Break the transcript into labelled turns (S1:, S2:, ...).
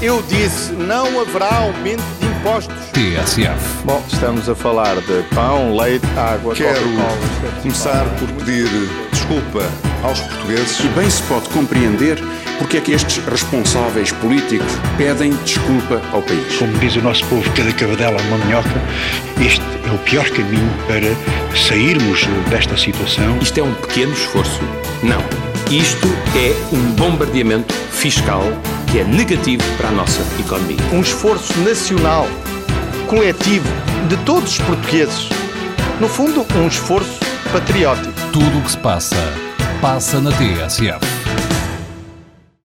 S1: Eu disse, não haverá aumento de impostos.
S2: TSF.
S1: Bom, estamos a falar de pão, leite, água,
S3: Quero
S1: Coca-Cola.
S3: começar por pedir desculpa aos portugueses.
S4: E bem se pode compreender porque é que estes responsáveis políticos pedem desculpa ao país.
S5: Como diz o nosso povo, cada cabedela é uma minhoca. Este é o pior caminho para sairmos desta situação.
S6: Isto é um pequeno esforço? Não. Isto é um bombardeamento fiscal que é negativo para a nossa economia.
S1: Um esforço nacional, coletivo, de todos os portugueses. No fundo, um esforço patriótico.
S2: Tudo o que se passa, passa na TSF.